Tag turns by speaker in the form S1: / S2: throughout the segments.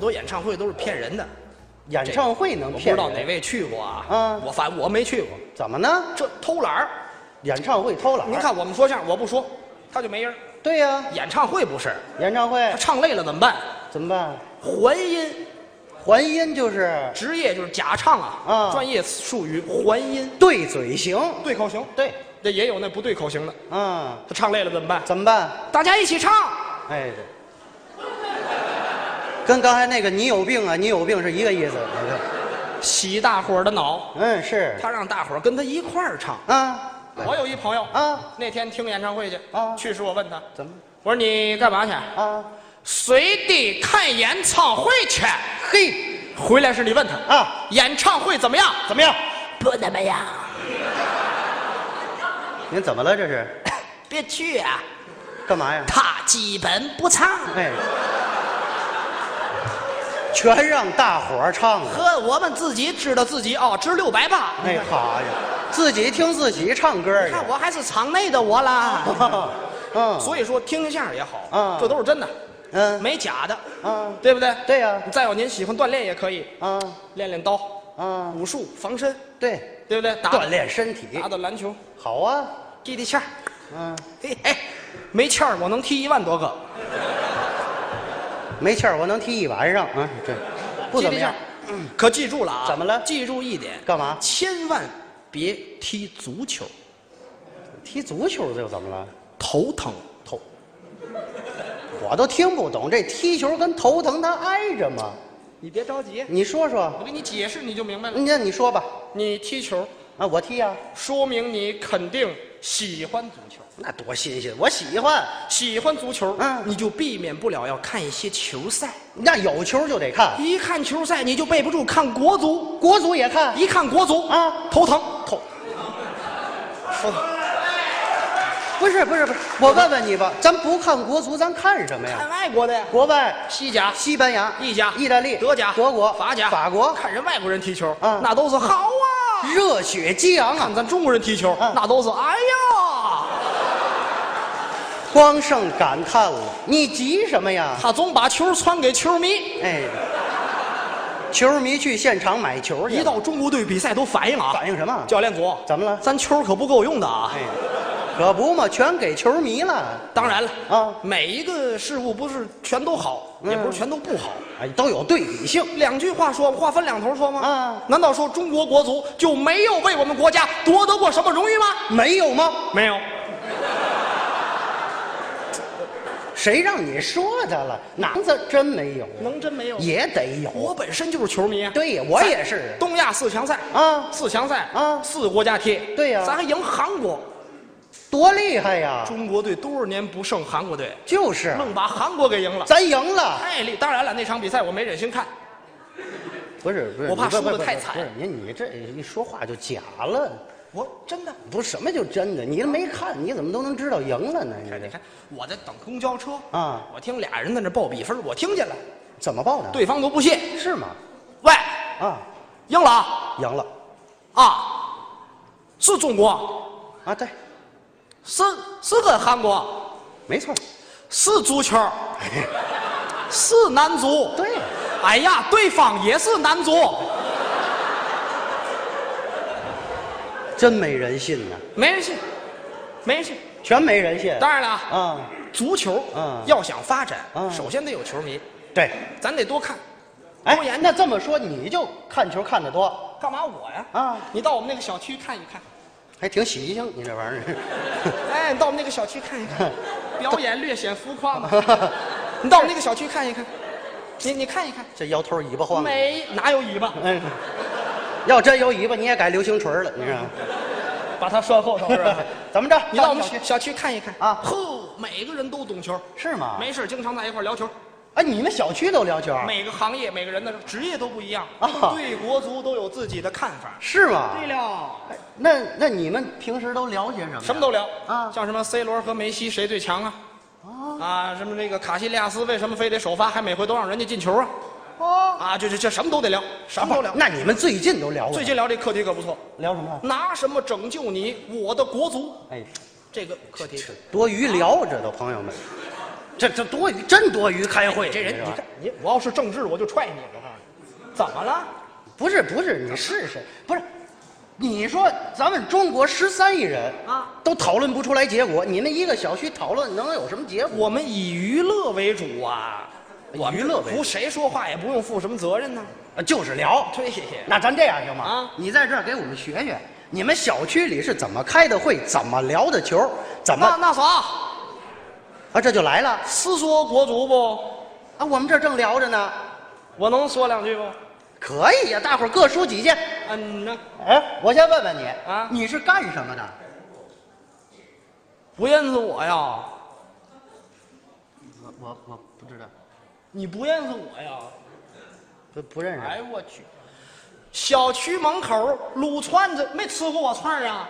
S1: 多演唱会都是骗人的。
S2: 演唱会能
S1: 我不
S2: 嗯骗
S1: 知
S2: 人？
S1: 道哪位去过啊？
S2: 啊
S1: 我反正我没去过，
S2: 怎么呢？
S1: 这偷懒儿。
S2: 演唱会偷懒儿？
S1: 您看我们说相声，我不说，他就没音儿。
S2: 对呀、
S1: 演唱会不是，
S2: 演唱会
S1: 他唱累了怎么办？
S2: 怎么办？
S1: 还音，
S2: 还音就是
S1: 职业就是假唱啊，
S2: 啊
S1: 专业术语还音，
S2: 对嘴型。
S1: 对口型。
S2: 对，
S1: 那也有那不对口型的，
S2: 嗯，
S1: 他唱累了怎么办？
S2: 怎么办？
S1: 大家一起唱，
S2: 哎，对，跟刚才那个你有病啊，你有病是一个意思。
S1: 洗大伙儿的脑，
S2: 嗯，是。
S1: 他让大伙儿跟他一块儿唱。
S2: 啊，
S1: 我有一朋友
S2: 啊，
S1: 那天听演唱会去
S2: 啊
S1: 去时我问他，
S2: 怎么
S1: 我说你干嘛去？
S2: 啊？
S1: 随地看演唱会去。
S2: 嘿，
S1: 回来时你问他
S2: 啊，
S1: 演唱会怎么样？
S2: 怎么样？
S1: 不怎么样，
S2: 您怎么了？这是
S1: 别去啊，
S2: 干嘛呀？
S1: 他基本不唱，
S2: 哎，全让大伙儿唱了。
S1: 和我们自己知道自己哦，值六百八。
S2: 哎，好呀，自己听自己唱歌去
S1: 看。我还是啊哦场内的我啦。
S2: 嗯，
S1: 所以说听听相声也好，
S2: 啊
S1: 这都是真的，
S2: 嗯，
S1: 没假的，
S2: 啊，
S1: 对不对？
S2: 对呀
S1: 再有您喜欢锻炼也可以，
S2: 啊
S1: 练练刀、
S2: 啊，
S1: 武术、防身，
S2: 对，
S1: 对不对？打
S2: 锻炼身体
S1: 打，打篮球，
S2: 好啊，
S1: 踢踢毽儿。
S2: 嗯，
S1: 嘿嘿，没毽儿我能踢一万多个，
S2: 没气儿我能踢一晚上啊，对，不怎么样
S1: 踢。踢毽儿。可记住了啊，
S2: 怎么了
S1: 记住一点，
S2: 干嘛？
S1: 千万别踢足球，
S2: 踢足球这又怎么了？
S1: 头疼。
S2: 头，我都听不懂这踢球跟头疼它挨着吗？
S1: 你别着急，
S2: 你说说，
S1: 我给你解释你就明白了。
S2: 那你说吧，
S1: 你踢球，
S2: 啊，我踢呀、
S1: 说明你肯定喜欢足球。
S2: 那多新鲜，我喜欢。
S1: 喜欢足球，
S2: 嗯
S1: 你就避免不了要看一些球赛。
S2: 那有球就得看，
S1: 一看球赛，你就备不住看国足，
S2: 国足也看，
S1: 一看国足
S2: 啊
S1: 头疼头。
S2: 不是不是不是，我问问你吧，咱不看国足，咱看什么呀？
S1: 看外国的呀，
S2: 国外，
S1: 西甲、
S2: 西班牙、
S1: 意甲、
S2: 意大利、
S1: 德甲、
S2: 德国、
S1: 法甲、
S2: 法国，
S1: 看人外国人踢球，
S2: 嗯
S1: 那都是好啊。
S2: 热血激昂啊！
S1: 看咱中国人踢球，
S2: 嗯
S1: 那都是哎呀，
S2: 光剩感叹了，你急什么呀？
S1: 他总把球传给球迷。
S2: 哎，球迷去现场买球去了，
S1: 一到中国队比赛都反应啊，
S2: 反应什么？
S1: 教练组
S2: 怎么了？
S1: 咱球可不够用的啊。
S2: 哎，可不嘛，全给球迷了，
S1: 当然了
S2: 啊
S1: 每一个事物不是全都好，
S2: 嗯
S1: 也不是全都不好。
S2: 哎，都有对比性。
S1: 两句话说，话分两头说吗？
S2: 啊
S1: 难道说中国国足就没有为我们国家夺得过什么荣誉吗？
S2: 没有吗？
S1: 没有，
S2: 谁让你说的了？哪子真没有？
S1: 能真没有？
S2: 也得有。
S1: 我本身就是球迷啊。
S2: 对呀，我
S1: 咱
S2: 也是
S1: 东亚四强赛
S2: 啊，
S1: 四强赛
S2: 啊
S1: 四个国家踢。
S2: 对呀
S1: 咱还赢韩国。
S2: 多厉害呀！
S1: 中国队多少年不胜韩国队，
S2: 就是，啊
S1: 愣把韩国给赢了。
S2: 咱赢了。
S1: 太厉！当然了，那场比赛我没忍心看，
S2: 不是不是，
S1: 我怕
S2: 你不
S1: 输得
S2: 不不
S1: 太
S2: 不
S1: 惨
S2: 不是你你这一说话就假了，
S1: 我真的。
S2: 不是什么就真的，你都没看，你怎么都能知道赢了呢？你
S1: 你
S2: 这
S1: 看，我在等公交车
S2: 啊
S1: 我听俩人在那报比分，我听见了，
S2: 怎么报的？，
S1: 对方都不信。
S2: 是吗？
S1: 喂，
S2: 啊，
S1: 赢了啊
S2: 赢了
S1: 啊，是中国，
S2: 啊，对，
S1: 是是跟韩国，
S2: 没错，
S1: 是足球， 是男足。
S2: 对，
S1: 哎呀，对方也是男足，
S2: 真没人信呢，
S1: 没人信，没人信。
S2: 全没人信。
S1: 当然了啊，
S2: 啊，
S1: 足球
S2: 嗯
S1: 要想发展，
S2: 嗯
S1: 首先得有球迷，
S2: 对，
S1: 咱得多看。
S2: 哎
S1: 多，研究
S2: 那这么说你就看球看得多，
S1: 干嘛我呀？
S2: 啊，
S1: 你到我们那个小区看一看。
S2: 还挺喜庆，你这玩意儿，
S1: 哎，你到我们那个小区看一看，表演略显浮夸嘛。你到我们那个小区看一看，你你看一看，
S2: 这摇头尾巴晃的。
S1: 没哪有尾巴，
S2: 嗯，要真有尾巴，你也改流星锤了，你知道吗？
S1: 把它拴后头
S2: 怎么着？
S1: 你到我们
S2: 小区
S1: 小区看一看
S2: 啊
S1: 呵，每个人都懂球，
S2: 是吗？
S1: 没事儿经常在一块儿聊球，
S2: 哎，你们小区都啊聊球？
S1: 每个行业每个人的职业都不一样
S2: 啊
S1: 对国足都有自己的看法。
S2: 是吗？
S1: 对了，
S2: 那那你们平时都聊些什么？
S1: 什么都聊
S2: 啊
S1: 像什么 C 罗和梅西谁最强啊？
S2: 啊
S1: 啊，什么这个卡西利亚斯为什么非得首发，还每回都让人家进球啊？
S2: 哦，
S1: 啊，这这这什么都得聊，什么都聊。
S2: 那你们最近都聊过？
S1: 最近聊这课题可不错，
S2: 聊什么？
S1: 拿什么拯救你？我的国足，
S2: 哎，
S1: 这个课题是
S2: 多余聊着都，朋友们。这这多余，真多余！开会，
S1: 这人，
S2: 是吧
S1: 你看你，我要是政治，我就踹你！我告诉你，怎么了？
S2: 不是不是，你试试，不是，你说咱们中国十三亿人
S1: 啊，
S2: 都讨论不出来结果，你那一个小区讨论能有什么结果？
S1: 我们以娱乐为主啊，我们
S2: 娱乐为主
S1: 不谁说话也不用负什么责任呢。
S2: 啊就是聊。
S1: 对，
S2: 那咱这样行吗？
S1: 啊
S2: 你在这儿给我们学学，你们小区里是怎么开的会，怎么聊的球，怎么
S1: 那那啥，
S2: 啊这就来了
S1: 私说国足不？
S2: 啊！我们这儿正聊着呢，
S1: 我能说两句不？
S2: 可以呀、大伙儿各抒己见。
S1: 嗯呐，
S2: 哎，我先问问你
S1: 啊
S2: 你是干什么的？
S1: 不认识我呀？
S2: 我我我不知道，
S1: 你不认识我呀？
S2: 不不认识。
S1: 哎我去，小区门口撸串子没吃过我串儿啊？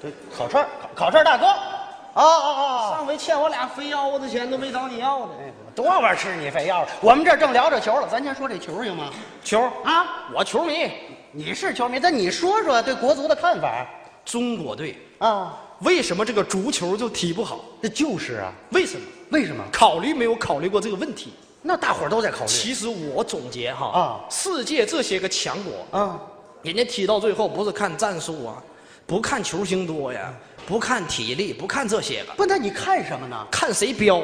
S2: 对，烤串儿烤烤串儿大哥。哦哦哦。
S1: 上回欠我俩肥腰子钱都没找你要呢。
S2: 哎，我多玩吃你肥药了。我们这儿正聊着球了，咱先说这球行吗？
S1: 球，
S2: 啊，
S1: 我球迷，
S2: 你是球迷，但你说说对国足的看法
S1: 中国队
S2: 啊？
S1: 为什么这个足球就踢不好？
S2: 这就是啊，
S1: 为什么？
S2: 为什么？
S1: 考虑没有考虑过这个问题？
S2: 那大伙儿都在考虑
S1: 其实我总结哈，
S2: 啊
S1: 世界这些个强国，
S2: 啊。
S1: 人家踢到最后不是看战术啊，不看球星多呀，不看体力，不看这些个，
S2: 不，那你看什么呢？
S1: 看谁彪。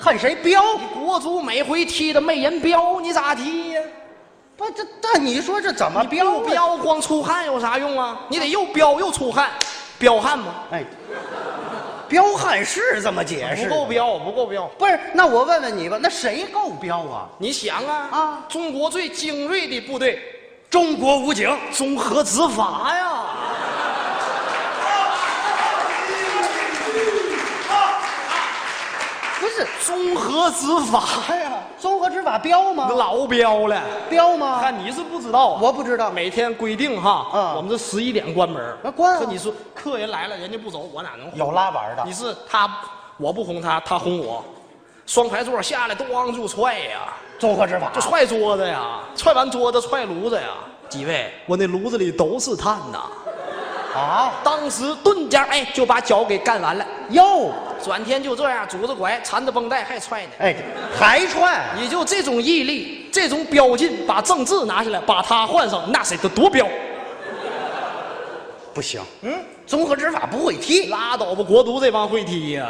S2: 看谁彪？
S1: 国足每回踢的没人彪，你咋踢呀？
S2: 不，这但你说这怎么
S1: 你
S2: 彪
S1: 不
S2: 啊？
S1: 彪光出汗有啥用啊？你得又彪又出汗，彪悍吗？
S2: 哎，彪悍哎是这么解
S1: 不
S2: 释的？
S1: 够彪，不够彪。
S2: 不是？那我问问你吧，那谁够彪啊？
S1: 你想啊
S2: 啊
S1: 中国最精锐的部队，
S2: 中国武警
S1: 综合执法呀。
S2: 不是哎
S1: 综合执法呀，
S2: 综合执法彪吗？
S1: 老彪了。
S2: 彪吗？
S1: 看你是不知道啊，
S2: 啊我不知道。
S1: 每天规定哈，
S2: 嗯
S1: 我们这十一点关门，
S2: 那关啊
S1: 可你说客人来了，人家不走，我哪能？
S2: 有拉板的
S1: 你是他，我不轰他，他轰我，双排座下来咣就踹呀，
S2: 综合执法
S1: 就踹桌子呀，踹完桌子踹炉子呀。啊几位，我那炉子里都是炭呐，
S2: 啊？
S1: 当时顿间哎就把脚给干完了。
S2: 哟，
S1: 转天就这样拄着拐，缠着绷带还踹呢。
S2: 哎，还踹？
S1: 你就这种毅力，这种彪劲，把政治拿下来，把他换上，那谁都多彪！
S2: 不行，嗯，综合执法不会踢，
S1: 拉倒吧，国足这帮会踢呀、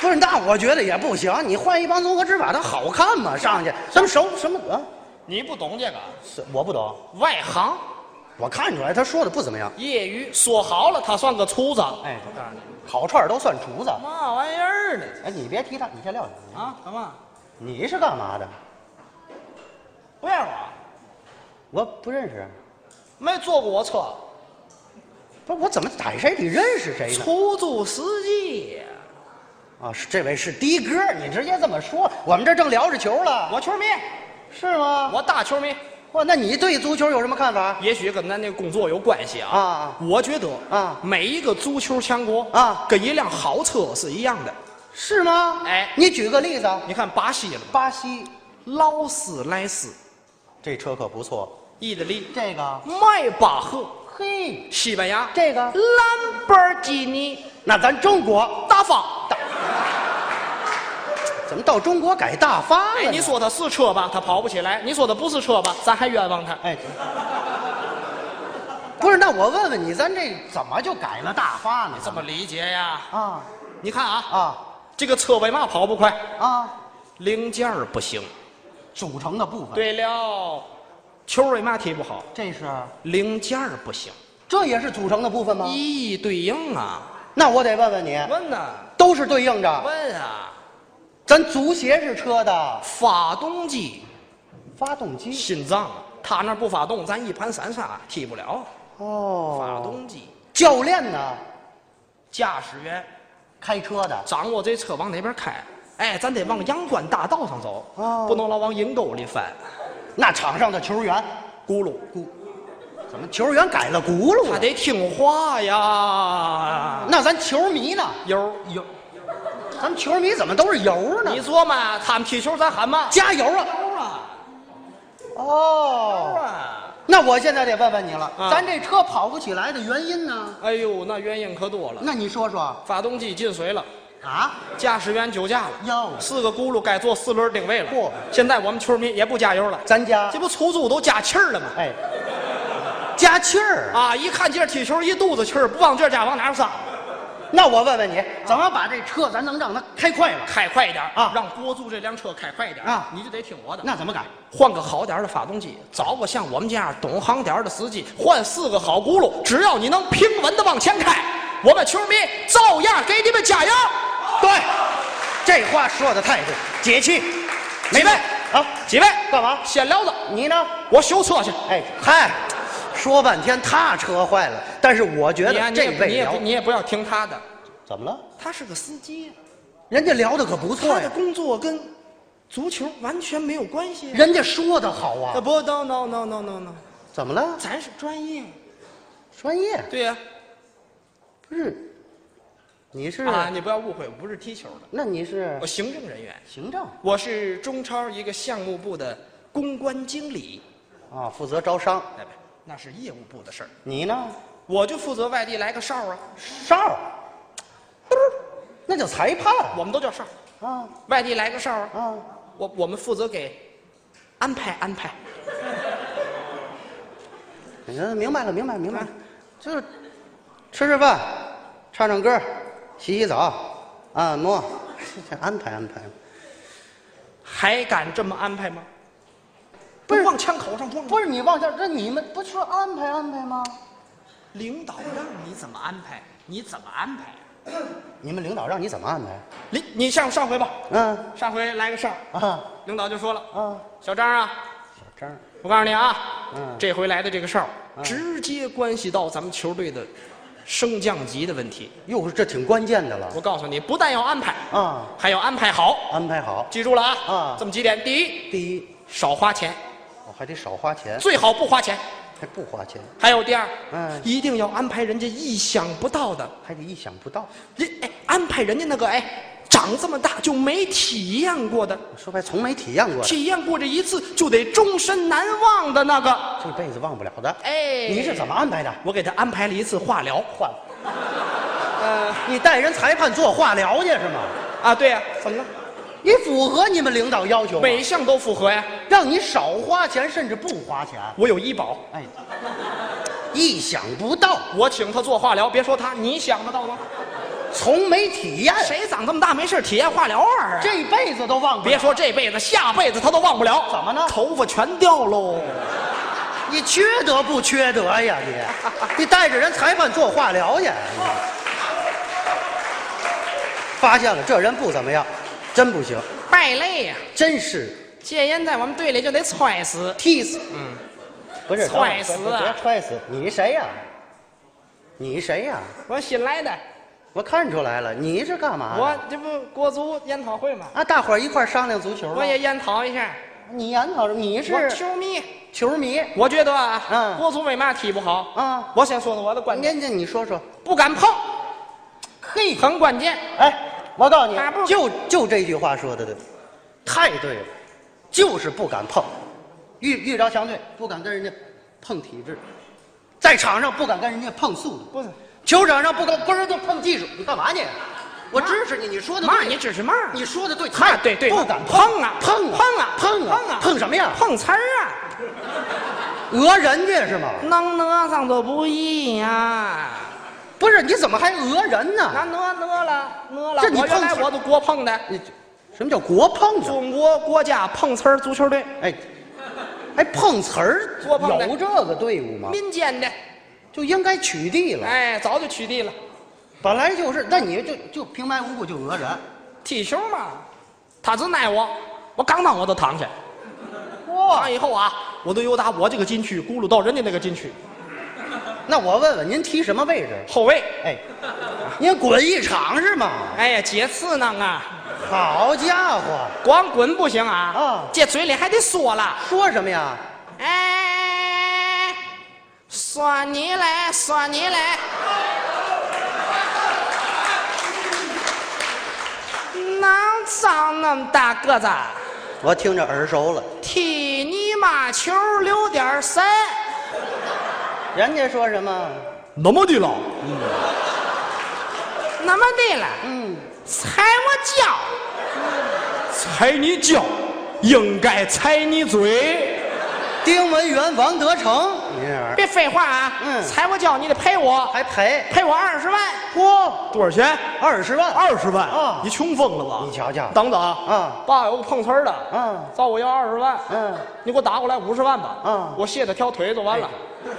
S2: 不是？那我觉得也不行。你换一帮综合执法，他好看吗？上去什么熟什么啊？
S1: 你不懂这个，
S2: 是我不懂，
S1: 外行
S2: 我看出来他说的不怎么样。
S1: 业余，说好了他算个畜生，
S2: 哎，烤串儿都算厨子。
S1: 嘛玩意儿呢？
S2: 哎，你别提他，你先撂下。
S1: 啊，干嘛？
S2: 你是干嘛的？
S1: 不认识我，
S2: 我不认识，啊
S1: 没坐过我车，
S2: 不是我怎么逮谁你认识谁呢？
S1: 出租司机，
S2: 啊，是这位是的哥，你直接这么说，我们这正聊着球了，
S1: 我球迷，
S2: 是吗？
S1: 我大球迷，
S2: 哇，那你对足球有什么看法？
S1: 也许跟咱那工作有关系啊。
S2: 啊
S1: 我觉得
S2: 啊
S1: 每一个足球强国
S2: 啊
S1: 跟一辆豪车是一样的。
S2: 是吗？
S1: 哎
S2: 你举个例子，
S1: 你看巴西了吗？
S2: 巴西
S1: 劳斯莱斯，
S2: 这车可不错，
S1: 意大利
S2: 这个
S1: 迈巴赫，
S2: 嘿，
S1: 西班牙
S2: 这个
S1: 兰博基尼，
S2: 那咱中国
S1: 大发。
S2: 怎么到中国改大发了
S1: 哎，
S2: 呢？
S1: 你说他是车吧，他跑不起来；你说他不是车吧，咱还冤枉他。
S2: 哎，不是，那我问问你，咱这怎么就改了大发呢？
S1: 这么理解呀？
S2: 啊
S1: 你看啊，
S2: 啊
S1: 这个车为嘛跑不快？
S2: 啊！
S1: 零件儿不行。
S2: 组成的部分，，
S1: 对了，球为嘛踢不好？
S2: 这是
S1: 零件儿不行。
S2: 这也是组成的部分吗？
S1: 一一对应啊。
S2: 那我得问问你，
S1: 问呐，
S2: 都是对应着。
S1: 问啊，
S2: 咱足协是车的
S1: 发动机、
S2: 发动机
S1: 心脏，他那不发动，咱一盘散沙踢不了。
S2: 哦，
S1: 发动机，
S2: 教练呢？
S1: 驾驶员
S2: 开车的
S1: 掌握这车往哪边开？哎，咱得往阳关大道上走，
S2: 哦
S1: 不能老往阴沟里翻。
S2: 那场上的球员，
S1: 咕噜，
S2: 怎么球员改了轱辘
S1: 他
S2: 了？
S1: 得听话呀。
S2: 那咱球迷呢？
S1: 油油，
S2: 咱们球迷怎么都是油呢
S1: 你？说嘛，他们踢球咱喊嘛？
S2: 加油啊！
S1: 油啊，
S2: 哦
S1: 油，啊！
S2: 那我现在得问问你了，
S1: 啊
S2: 咱这车跑不起来的原因呢？
S1: 哎呦，那原因可多了，
S2: 那你说说
S1: 发动机进水了，
S2: 啊？
S1: 驾驶员酒驾了，
S2: 哟，
S1: 四个轱辘该做四轮定位了。
S2: 嚯
S1: 现在我们球迷也不加油了，
S2: 咱家
S1: 这不出租都加气儿了吗？
S2: 哎，加气儿。
S1: 啊，一看这踢球一肚子气儿，不往这家往哪儿撒？
S2: 那我问问
S1: 啊
S2: 你，怎么把这车咱能让它开快了？
S1: 开快一点
S2: 啊
S1: 让国足这辆车开快一点
S2: 啊
S1: 你就得听我的。
S2: 那怎么改？
S1: 换个好点儿的发动机，找个像我们这样懂行点儿的司机，换四个好轱辘，只要你能平稳的往前开，我们球迷照样给你们加油。
S2: 对，这话说的太对，解气。
S1: 几位
S2: 啊，
S1: 几位
S2: 干嘛？
S1: 先聊着，
S2: 你呢？
S1: 我修车去。
S2: 哎，嗨，说半天他车坏了，但是我觉
S1: 你啊
S2: 得
S1: 你也
S2: 这
S1: 不你
S2: 位
S1: 也不
S2: 聊
S1: 你也不要听他的，
S2: 怎么了？
S1: 他是个司机，
S2: 人家聊的可不错
S1: 他的
S2: 呀，
S1: 工作跟足球完全没有关系。
S2: 人家说的好啊
S1: 啊。不，no no no no no no，
S2: 怎么了？
S1: 咱是专业。
S2: 专业
S1: 对呀、
S2: 不是？你是？
S1: 啊，你不要误会，我不是踢球的，
S2: 那你是
S1: 我行政人员，
S2: 行政
S1: 我是中超一个项目部的公关经理，
S2: 啊，负责招商。
S1: 哎，那是业务部的事儿，
S2: 你呢？
S1: 我就负责外地来个哨啊，
S2: 哨儿，不是，那叫裁判
S1: 我们都叫哨，
S2: 啊
S1: 外地来个哨啊，
S2: 啊！
S1: 我我们负责给安排安排，
S2: 嗯，明白了，明白，明白了，就是吃吃饭，唱唱歌，洗洗澡，按摩， 这安排安排。
S1: 还敢这么安排吗？
S2: 不是
S1: 往枪口上撞，
S2: 不是你往下，这你们不说安排安排吗？
S1: 领导让你怎么安排，你怎么安排呀、
S2: 你们领导让你怎么安排？
S1: 你你像上回吧，
S2: 嗯
S1: 上回来个哨，
S2: 啊
S1: 领导就说了，
S2: 啊，
S1: 小张啊，
S2: 小张，
S1: 我告诉你啊，
S2: 嗯
S1: 这回来的这个哨，直接关系到咱们球队的升降级的问题。
S2: 哟，这挺关键的了
S1: 我告诉你，不但要安排，
S2: 啊！
S1: 还要安排好。
S2: 安排好，
S1: 记住了啊，
S2: 啊
S1: 这么几点：第一，
S2: 第一，
S1: 少花钱，
S2: 我还得少花钱，
S1: 最好不花钱；
S2: 还不花钱，
S1: 还有第二，
S2: 嗯
S1: 一定要安排人家意想不到的，
S2: 还得意想不到。
S1: 人哎，安排人家那个哎，长这么大就没体验过的，
S2: 说白，从没体验过的，
S1: 体验过这一次就得终身难忘的那个。
S2: 这辈子忘不了的。
S1: 哎，
S2: 你是怎么？安排的？
S1: 我给他安排了一次化疗
S2: 换，呃，你带人裁判做化疗去是吗？
S1: 啊，对呀、哦怎么了？
S2: 你符合你们领导要求吗？
S1: 每项都符合呀。
S2: 让你少花钱，甚至不花钱。
S1: 我有医保，
S2: 哎，意想不到，
S1: 我请他做化疗，别说他，你想得到吗？
S2: 从没体验，
S1: 谁长这么大没事儿体验化疗玩儿啊？
S2: 这辈子都忘不
S1: 别
S2: 了。
S1: 说这辈子，下辈子他都忘不了。
S2: 怎么呢
S1: 头发全掉喽。
S2: 你缺德不缺德呀你？你带着人裁判做化疗去？发现了，这人不怎么样，真不行，
S1: 败类呀、
S2: 真是
S1: 戒烟在我们队里就得踹死。
S2: 踢死。嗯，不是等会儿
S1: 踹死啊
S2: 别别踹死！你谁呀、你谁呀、
S1: 我新来的，
S2: 我看出来了，你是干嘛的？
S1: 我这不国足研讨会吗？
S2: 啊，大伙儿一块儿商量足球吗
S1: 我也研讨一下。
S2: 你研讨着，你
S1: 我
S2: 啊是
S1: 球迷，
S2: 球迷
S1: 我觉得啊，
S2: 嗯
S1: 国足为嘛踢不好？
S2: 啊？
S1: 我先说说我的观点，
S2: 您您你说说，
S1: 不敢碰，
S2: 嘿，
S1: 很关键。
S2: 哎，我告诉
S1: 打不
S2: 你，就就这句话说的对，太对了，就是不敢碰，遇遇着强队不敢跟人家碰体质，在场上不敢跟人家碰速度，
S1: 不是，
S2: 球场上不敢跟人家碰技术，你干嘛去？我支持你，你说的
S1: 嘛
S2: 对，
S1: 你只是嘛？
S2: 你说的对，
S1: 嘛对对，
S2: 不敢
S1: 碰啊
S2: 碰
S1: 碰啊
S2: 碰
S1: 碰啊
S2: 啊，碰什么呀？
S1: 碰瓷儿啊，
S2: 讹人家是吗？
S1: 能讹上都不易呀。
S2: 不是，你怎么还讹人
S1: 那
S2: 呢？
S1: 哪哪了哪了，
S2: 这你
S1: 我原
S2: 碰
S1: 来
S2: 瓷儿
S1: 我都国碰的，
S2: 你什么叫国碰啊？
S1: 中国国家碰瓷儿足球队，
S2: 哎，哎，碰瓷儿
S1: 多碰的
S2: 有这个队伍吗？
S1: 民间的，
S2: 就应该取缔了。
S1: 哎，早就取缔了。
S2: 本来就是，那你就就平白无故就讹人，
S1: 踢球嘛，他只奈我，我刚当我都躺下，
S2: 哇
S1: 躺！以后啊，我都由打我这个禁区轱辘到人家那个禁区，
S2: 那我问问您踢什么位置？
S1: 后卫，
S2: 哎，您滚一场是吗？
S1: 哎呀，解刺呢啊，
S2: 好家伙，
S1: 光滚不行啊，
S2: 啊
S1: 这嘴里还得说了，
S2: 说什么呀？
S1: 哎，说你嘞，说你嘞，哪长那么大个子？
S2: 我听着耳熟了，
S1: 踢你妈球留点神，
S2: 人家说什么？
S1: 那么的了，那么的了，
S2: 嗯，
S1: 踩我脚，踩你脚，应该踩你嘴。
S2: 丁文元、王德成，你这玩意儿
S1: 别废话啊！
S2: 嗯
S1: 踩我脚你得赔我，
S2: 还赔
S1: 赔我二十万。
S2: 嚯
S1: 多少钱？
S2: 二十万，
S1: 二十万
S2: 啊
S1: 你穷疯了吧？
S2: 你瞧瞧
S1: 等等啊！
S2: 啊
S1: 爸有个碰瓷儿的，
S2: 嗯
S1: 找我要二十万，
S2: 嗯，
S1: 你给我打过来五十万吧，
S2: 嗯
S1: 我卸他条腿就完了。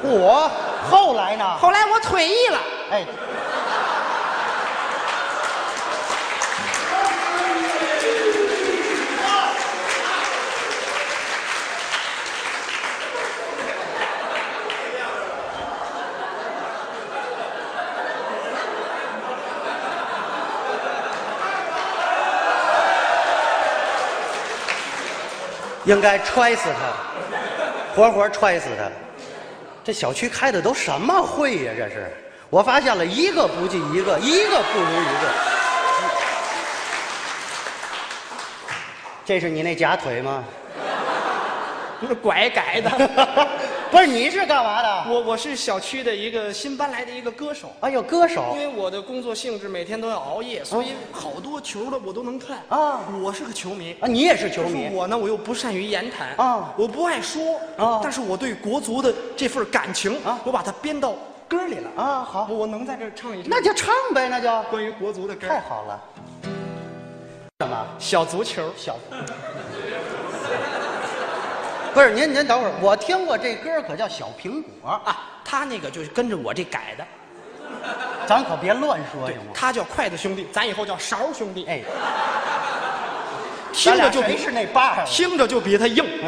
S2: 我后来呢？
S1: 哎后来我退役了，
S2: 哎，应该揣死他，活活揣死他。这小区开的都什么会呀、这是，我发现了一个不及一个，一个不如一个。这是你那假腿吗？
S1: 拐改 的。
S2: 不是，你是干嘛的？
S1: 我我是小区的一个新搬来的一个歌手，
S2: 哎呦，歌
S1: 因
S2: 手
S1: 为我的工作性质每天都要熬夜，所以好多球的我都能看
S2: 啊。
S1: 我是个球迷。
S2: 啊，你也是球
S1: 但是
S2: 迷
S1: 我呢，我又不善于言谈
S2: 啊
S1: 我不爱说
S2: 啊
S1: 但是我对国足的这份感情
S2: 啊
S1: 我把它编到歌里了
S2: 啊？好，
S1: 我我能在这儿唱一唱
S2: 那就唱呗，那就
S1: 关于国足的歌
S2: 太
S1: 儿，
S2: 好了。什么？
S1: 小足球，
S2: 小？不是您，您等会儿，我听过这歌可叫《小苹果
S1: 啊，他那个就是跟着我这改的，》，
S2: 咱可别乱说呀！
S1: 他叫筷子兄弟，咱以后叫勺兄弟，
S2: 哎，
S1: 听着就
S2: 咱俩谁
S1: 比
S2: 是那八呀？
S1: 听着就比他硬。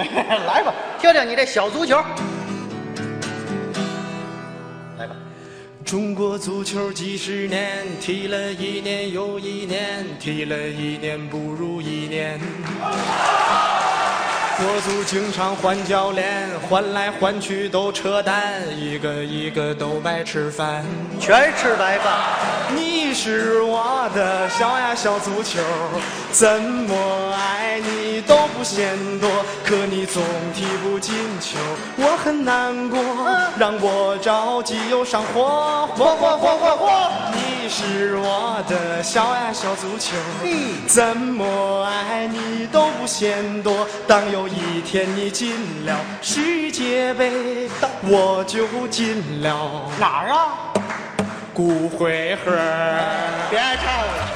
S2: 来吧，听听你这小足球。来吧，
S1: 中国足球几十年，踢了一年又一年，踢了一年不如一年。国足经常换教练，换来换去都扯淡，一个一个都白吃饭。
S2: 全吃白饭。
S1: 你是我的小呀小足球，怎么爱你都不嫌多，可你总踢不进球，我很难过，让我着急又上火，火火火火火！你是我的小呀小足球
S2: 嘿，
S1: 怎么爱你都不嫌多，当有一天你进了世界杯，我就进了
S2: 哪儿啊？
S1: 骨灰盒。
S2: 别唱了。